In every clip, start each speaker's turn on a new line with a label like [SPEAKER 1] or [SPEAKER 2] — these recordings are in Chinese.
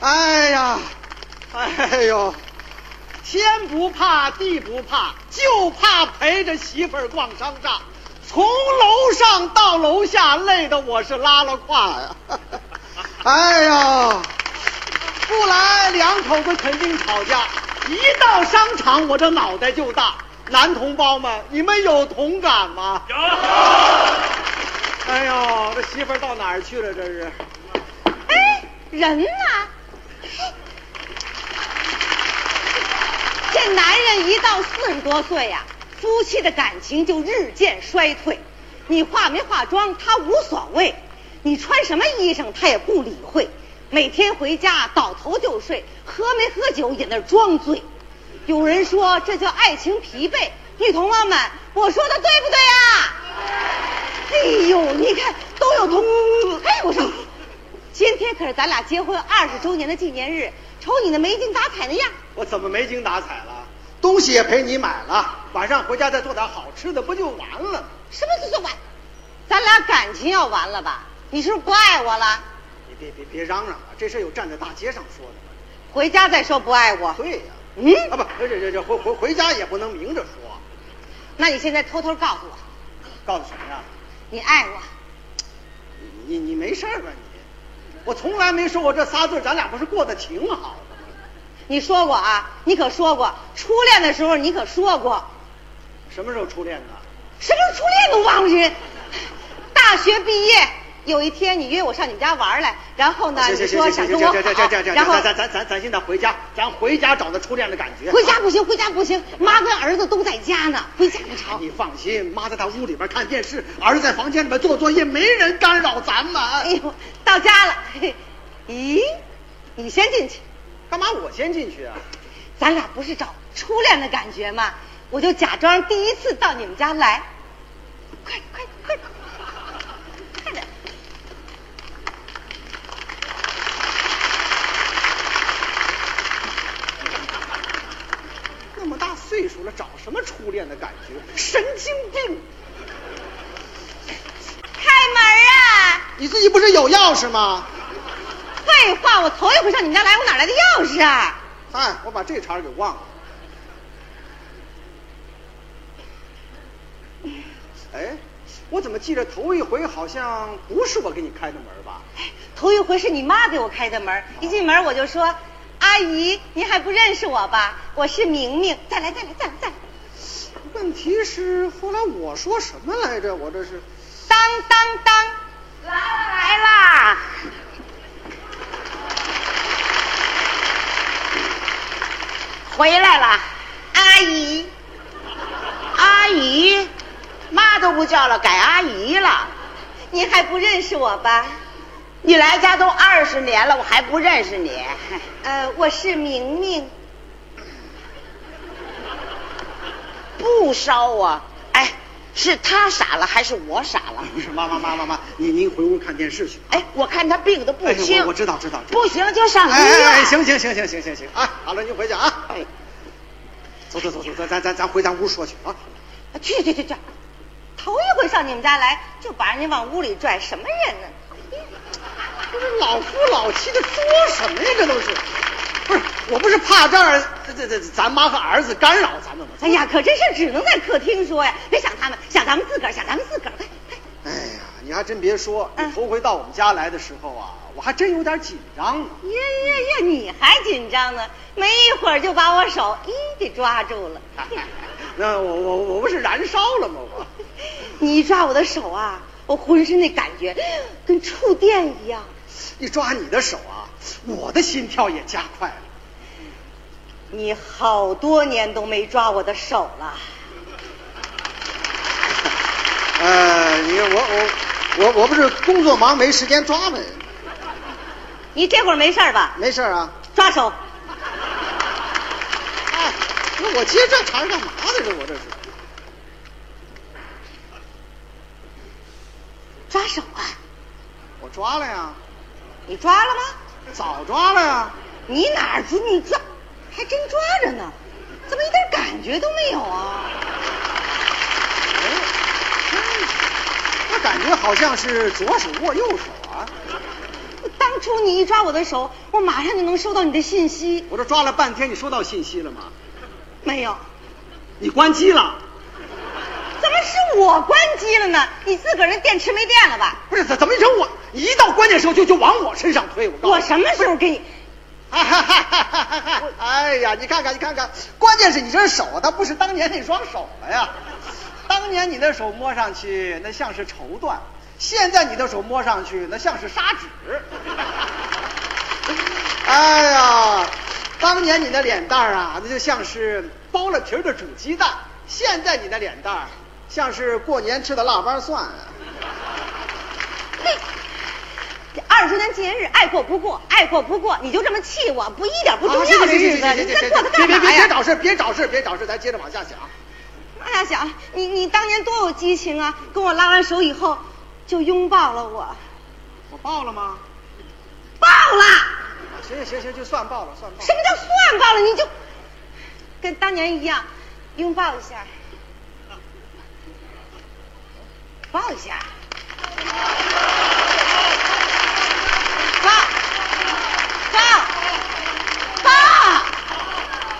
[SPEAKER 1] 哎呀，哎呦，天不怕地不怕，就怕陪着媳妇儿逛商场，从楼上到楼下，累得我是拉了胯呀、哎呀，不来两口子肯定吵架，一到商场我这脑袋就大。男同胞们，你们有同感吗？
[SPEAKER 2] 有。
[SPEAKER 1] 哎呦，这媳妇儿到哪儿去了？这是。
[SPEAKER 3] 哎，人呢？这男人一到四十多岁呀、夫妻的感情就日渐衰退。你化没化妆，他无所谓；你穿什么衣裳，他也不理会。每天回家倒头就睡，喝没喝酒也那儿装醉。有人说这叫爱情疲惫，女同胞们，我说的对不对啊？哎呦，你看都有同，哎，我说，今天可是咱俩结婚二十周年的纪念日，瞅你那没精打采的样，
[SPEAKER 1] 我怎么没精打采了？东西也陪你买了，晚上回家再做点好吃的，不就完了吗？
[SPEAKER 3] 什么叫完？咱俩感情要完了吧？你是不是不爱我了？
[SPEAKER 1] 你别别别嚷嚷了，这事有站在大街上说的。
[SPEAKER 3] 回家再说不爱我。
[SPEAKER 1] 对呀、
[SPEAKER 3] 嗯，
[SPEAKER 1] 啊不，这这这回回回家也不能明着说，
[SPEAKER 3] 那你现在偷偷告诉我，
[SPEAKER 1] 告诉谁呀、
[SPEAKER 3] 你爱我？
[SPEAKER 1] 你你你没事儿吧你？我从来没说过这仨字，咱俩不是过得挺好的吗？
[SPEAKER 3] 你说过啊？你可说过，初恋的时候你可说过，
[SPEAKER 1] 什么时候初恋的？
[SPEAKER 3] 什么时候初恋都忘了人。大学毕业有一天，你约我上你们家玩来，然后呢，
[SPEAKER 1] 啊行
[SPEAKER 3] 你
[SPEAKER 1] 行
[SPEAKER 3] 说
[SPEAKER 1] 行
[SPEAKER 3] 想
[SPEAKER 1] 行
[SPEAKER 3] 跟
[SPEAKER 1] 行，
[SPEAKER 3] 我
[SPEAKER 1] 这这
[SPEAKER 3] 好
[SPEAKER 1] 这这，这，，
[SPEAKER 3] 然后
[SPEAKER 1] 咱咱咱咱咱现在回家，咱回家找他初恋的感觉。
[SPEAKER 3] 回家不行，回家不行，妈跟儿子都在家呢，回家不成。
[SPEAKER 1] 你放心，妈在她屋里边看电视，儿子在房间里边做作业，没人干扰咱们。
[SPEAKER 3] 哎呦，到家了，嘿咦，你先进去，
[SPEAKER 1] 干嘛我先进去啊？
[SPEAKER 3] 咱俩不是找初恋的感觉吗？我就假装第一次到你们家来，快快快，快点！
[SPEAKER 1] 那么大岁数了，找什么初恋的感觉？神经病！
[SPEAKER 3] 开门啊！
[SPEAKER 1] 你自己不是有钥匙吗？
[SPEAKER 3] 废话，我头一回上你们家来，我哪来的钥匙啊？
[SPEAKER 1] 哎，我把这茬儿给忘了。哎，我怎么记着头一回好像不是我给你开的门吧？
[SPEAKER 3] 头一回是你妈给我开的门，一进门我就说：“阿姨，您还不认识我吧？我是明明。”再来，再来，再来，再来。
[SPEAKER 1] 问题是后来我说什么来着？我这是。
[SPEAKER 3] 当当当，来来啦！回来啦，阿姨，阿姨，妈都不叫了，改阿姨了。您还不认识我吧？
[SPEAKER 4] 你来家都二十年了，我还不认识你。
[SPEAKER 3] 呃，我是明明。
[SPEAKER 4] 不烧啊！哎，是他傻了还是我傻了？
[SPEAKER 1] 不是哎妈妈妈妈妈，您您回屋看电视去。
[SPEAKER 4] 哎，我看他病得不
[SPEAKER 1] 哎
[SPEAKER 4] 轻。
[SPEAKER 1] 我我知道知道知道
[SPEAKER 4] 不行就上医
[SPEAKER 1] 哎
[SPEAKER 4] 院。
[SPEAKER 1] 哎哎，行行行行行行行，啊，好了，您回去啊。
[SPEAKER 4] 哎
[SPEAKER 1] 走走走走，咱咱咱咱回咱屋说去啊。
[SPEAKER 3] 去去去去，头一回上你们家来就把人家往屋里拽，什么人呢？
[SPEAKER 1] 不是老夫老妻的作什么呀？这都是，不是我不是怕这儿这这这咱妈和儿子干扰咱们吗？
[SPEAKER 3] 哎呀，可这事儿只能在客厅说呀，别想他们，想咱们自个儿，想咱们自个儿。快快
[SPEAKER 1] 哎呀，你还真别说，你
[SPEAKER 3] 嗯
[SPEAKER 1] 头回到我们家来的时候啊，我还真有点紧张呢。啊
[SPEAKER 3] 呀呀呀！你还紧张呢？没一会儿就把我手一给抓住了。
[SPEAKER 1] 那我我我不是燃烧了吗？我
[SPEAKER 3] 你一抓我的手啊，我浑身那感觉跟触电一样。
[SPEAKER 1] 一抓你的手啊，我的心跳也加快了。
[SPEAKER 3] 你好多年都没抓我的手了，
[SPEAKER 1] 呃，你看我我我我不是工作忙没时间抓呗，
[SPEAKER 3] 你这会儿没事儿吧？
[SPEAKER 1] 没事儿啊。
[SPEAKER 3] 抓手。
[SPEAKER 1] 哎，那我接这茬儿干嘛呢？这我这是。
[SPEAKER 3] 抓手啊！
[SPEAKER 1] 我抓了呀，
[SPEAKER 3] 你抓了吗？
[SPEAKER 1] 早抓了呀。
[SPEAKER 3] 你哪儿出你抓？还真抓着呢，怎么一点感觉都没有啊？
[SPEAKER 1] 哎，嗯我感觉好像是左手握右手啊。
[SPEAKER 3] 当出你一抓我的手，我马上就能收到你的信息。
[SPEAKER 1] 我这抓了半天，你收到信息了吗？
[SPEAKER 3] 没有，
[SPEAKER 1] 你关机了？
[SPEAKER 3] 怎么是我关机了呢？你自个儿那电池没电了吧？
[SPEAKER 1] 不是，怎怎么一整我？你一到关键时候就就往我身上推，我告诉
[SPEAKER 3] 我
[SPEAKER 1] 你。
[SPEAKER 3] 什么时候给你？
[SPEAKER 1] 哎哈哈哈哈哈哈哎呀，你看看，你看看，关键是你这手，它不是当年那双手了呀。当年你的手摸上去，那像是绸缎；现在你的手摸上去，那像是砂纸。 哎呀，当年你的脸蛋儿啊，那就像是剥了皮儿的煮鸡蛋；现在你的脸蛋儿，像是过年吃的腊八蒜啊。
[SPEAKER 3] 二十周年纪念日，爱过不过，爱过不过，你就这么气我，不一点不重要的日子，
[SPEAKER 1] 啊
[SPEAKER 3] 你
[SPEAKER 1] 行行行行
[SPEAKER 3] 这过它
[SPEAKER 1] 别
[SPEAKER 3] 干
[SPEAKER 1] 别
[SPEAKER 3] 嘛
[SPEAKER 1] 别别
[SPEAKER 3] 呀？
[SPEAKER 1] 找事，别找事，别找事，咱接着往下想。
[SPEAKER 3] 那大想，你你当年多有激情啊！跟我拉完手以后，就拥抱了我，
[SPEAKER 1] 我报了吗？
[SPEAKER 3] 抱了。
[SPEAKER 1] 行行行行，就算报了，算报了。
[SPEAKER 3] 什么叫算罢了？你就跟当年一样，拥抱一下，抱一下，抱，抱，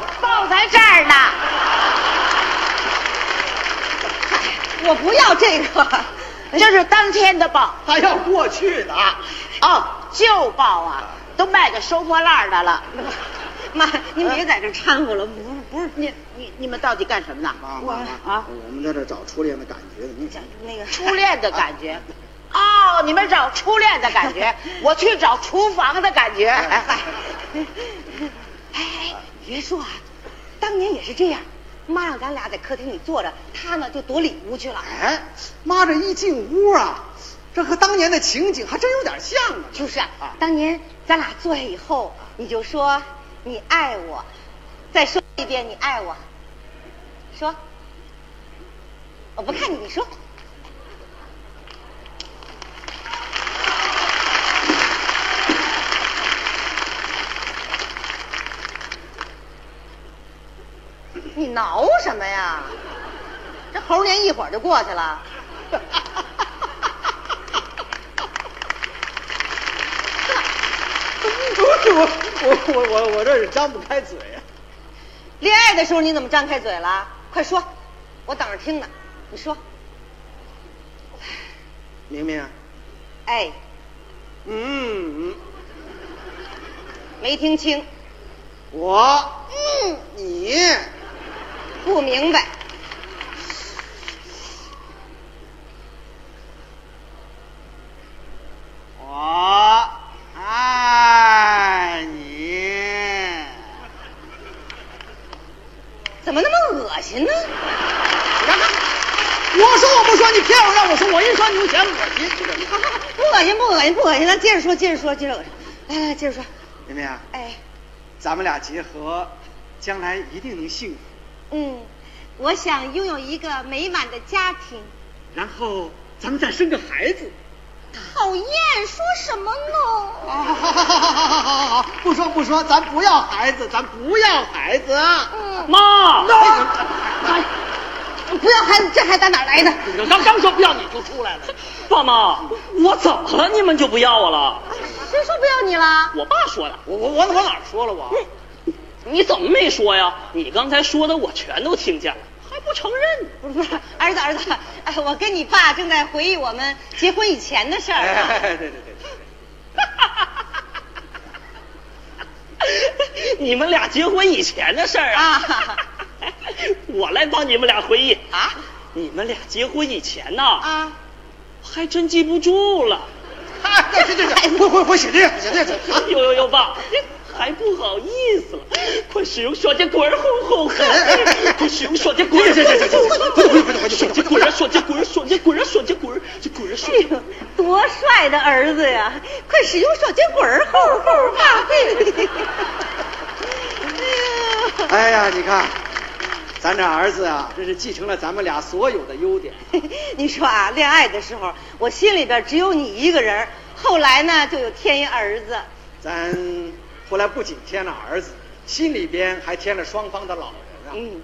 [SPEAKER 3] 抱，抱在这儿呢。哎我不要这个，
[SPEAKER 4] 这是当天的报
[SPEAKER 1] 还要过去的啊？
[SPEAKER 4] 哦，旧报啊，都卖给收破烂的了。
[SPEAKER 3] 妈，您别在这掺和了，不是不是
[SPEAKER 4] 你你你们到底干什么呢？
[SPEAKER 1] 妈
[SPEAKER 3] 我
[SPEAKER 1] 妈妈
[SPEAKER 4] 啊
[SPEAKER 1] 我们在这找初恋的感觉呢。你
[SPEAKER 3] 讲那个
[SPEAKER 4] 初恋的感觉。哦，你们找初恋的感 觉，我去找厨房的感觉。
[SPEAKER 3] 哎哎，别说啊，当年也是这样，妈让咱俩在客厅里坐着，她呢就躲里屋去了。
[SPEAKER 1] 哎，妈这一进屋啊，这和当年的情景还真有点像 啊。
[SPEAKER 3] 就是啊，当年咱俩坐下以后，你就说你爱我，再说一遍你爱我，说，我不看你，你说。你挠什么呀？这猴年一会儿就过去了。
[SPEAKER 1] 我我我我我这是张不开嘴啊。
[SPEAKER 3] 恋爱的时候你怎么张开嘴了？快说，我等着听呢。你说，
[SPEAKER 1] 明啊明，
[SPEAKER 3] 哎，
[SPEAKER 1] 嗯，嗯
[SPEAKER 3] 没听清，
[SPEAKER 1] 我，嗯，你，
[SPEAKER 3] 不明白。
[SPEAKER 1] 我爱啊你。
[SPEAKER 3] 怎么那么恶心呢？
[SPEAKER 1] 你看看，我说我不说，你偏要让我说，我一说你就嫌恶心，你这
[SPEAKER 3] 好好好不恶心，不恶心，不恶心，咱接着说，接着说，接着说。来来，接着说。
[SPEAKER 1] 明明啊，
[SPEAKER 3] 哎，
[SPEAKER 1] 咱们俩结合，将来一定能幸福。
[SPEAKER 3] 嗯，我想拥有一个美满的家庭。
[SPEAKER 1] 然后咱们再生个孩子。
[SPEAKER 3] 讨厌，说什么呢？
[SPEAKER 1] 好好好好好好好好，不说不说，咱不要孩子，咱不要孩子。
[SPEAKER 3] 嗯，
[SPEAKER 2] 妈，
[SPEAKER 1] 那
[SPEAKER 3] 不要孩子，这孩子打哪儿来的？
[SPEAKER 1] 刚刚说不要你就出来了，
[SPEAKER 2] 爸妈，我怎么了？你们就不要我了？
[SPEAKER 3] 谁说不要你了？
[SPEAKER 2] 我爸说的。
[SPEAKER 1] 我我我我哪儿说了我？
[SPEAKER 2] 你怎么没说呀？你刚才说的我全都听见了，还不承认？
[SPEAKER 3] 不是不是，儿子儿子，哎，我跟你爸正在回忆我们结婚以前的事儿呢。
[SPEAKER 1] 哎，对对对
[SPEAKER 2] 你们俩结婚以前的事儿啊
[SPEAKER 3] 啊！
[SPEAKER 2] 我来帮你们俩回忆。
[SPEAKER 3] 啊
[SPEAKER 2] 你们俩结婚以前呢？
[SPEAKER 3] 啊！
[SPEAKER 2] 还真记不住了。
[SPEAKER 1] 哎，对对对，我我我写这个写这个啊，
[SPEAKER 2] 呦呦呦，爸，还不好意思了，快使用双截棍儿轰轰他！快使用双截棍儿！
[SPEAKER 1] 行行行行行回头回头回头回头
[SPEAKER 2] 双截棍儿，双截棍儿，双截棍儿，双截棍儿，这棍儿双
[SPEAKER 3] 哎呦， 多帅的儿子呀！快使用双截棍儿，吼吼吧！ 哎
[SPEAKER 1] 哎
[SPEAKER 3] 呦
[SPEAKER 1] 呀，你看，咱这儿子啊，真是继承了咱们俩所有的优点。
[SPEAKER 3] 你说啊，恋爱的时候，我心里边只有你一个人儿，后来呢，就有添一儿子。
[SPEAKER 1] 咱后来不仅添了儿子，心里边还添了双方的老人啊。
[SPEAKER 3] 嗯，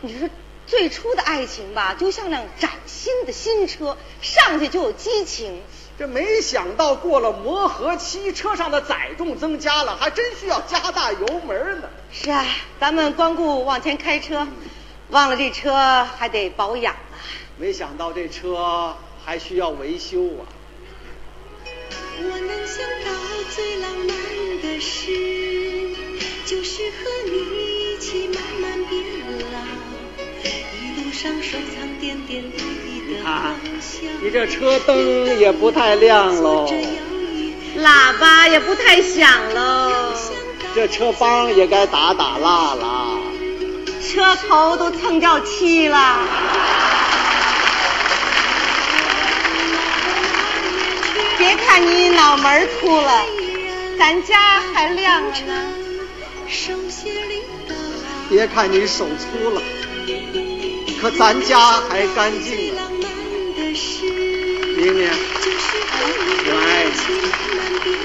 [SPEAKER 3] 你说最初的爱情吧，就像辆崭新的新车，上去就有激情。
[SPEAKER 1] 这没想到过了磨合期，车上的载重增加了，还真需要加大油门呢。
[SPEAKER 3] 是啊，咱们光顾往前开车，忘了这车还得保养啊。
[SPEAKER 1] 没想到这车还需要维修啊！
[SPEAKER 5] 我能想到最浪漫的事，就是和你一起慢慢变老，一路上收藏点点滴滴的
[SPEAKER 1] 啊
[SPEAKER 5] 欢笑。
[SPEAKER 1] 你这车灯也不太亮喽
[SPEAKER 5] 坐着摇椅
[SPEAKER 3] 喇叭也不太响喽，
[SPEAKER 1] 这车帮也该打打蜡了。
[SPEAKER 3] 车头都蹭掉漆了。别看你脑门儿秃了，咱家还亮着呢。
[SPEAKER 5] 手心里的爱
[SPEAKER 1] 别看你手粗了，可咱家还干净
[SPEAKER 5] 最
[SPEAKER 1] 了。
[SPEAKER 5] 浪漫的事，
[SPEAKER 1] 明年
[SPEAKER 5] 就是和你
[SPEAKER 1] 我爱
[SPEAKER 5] 一起慢慢变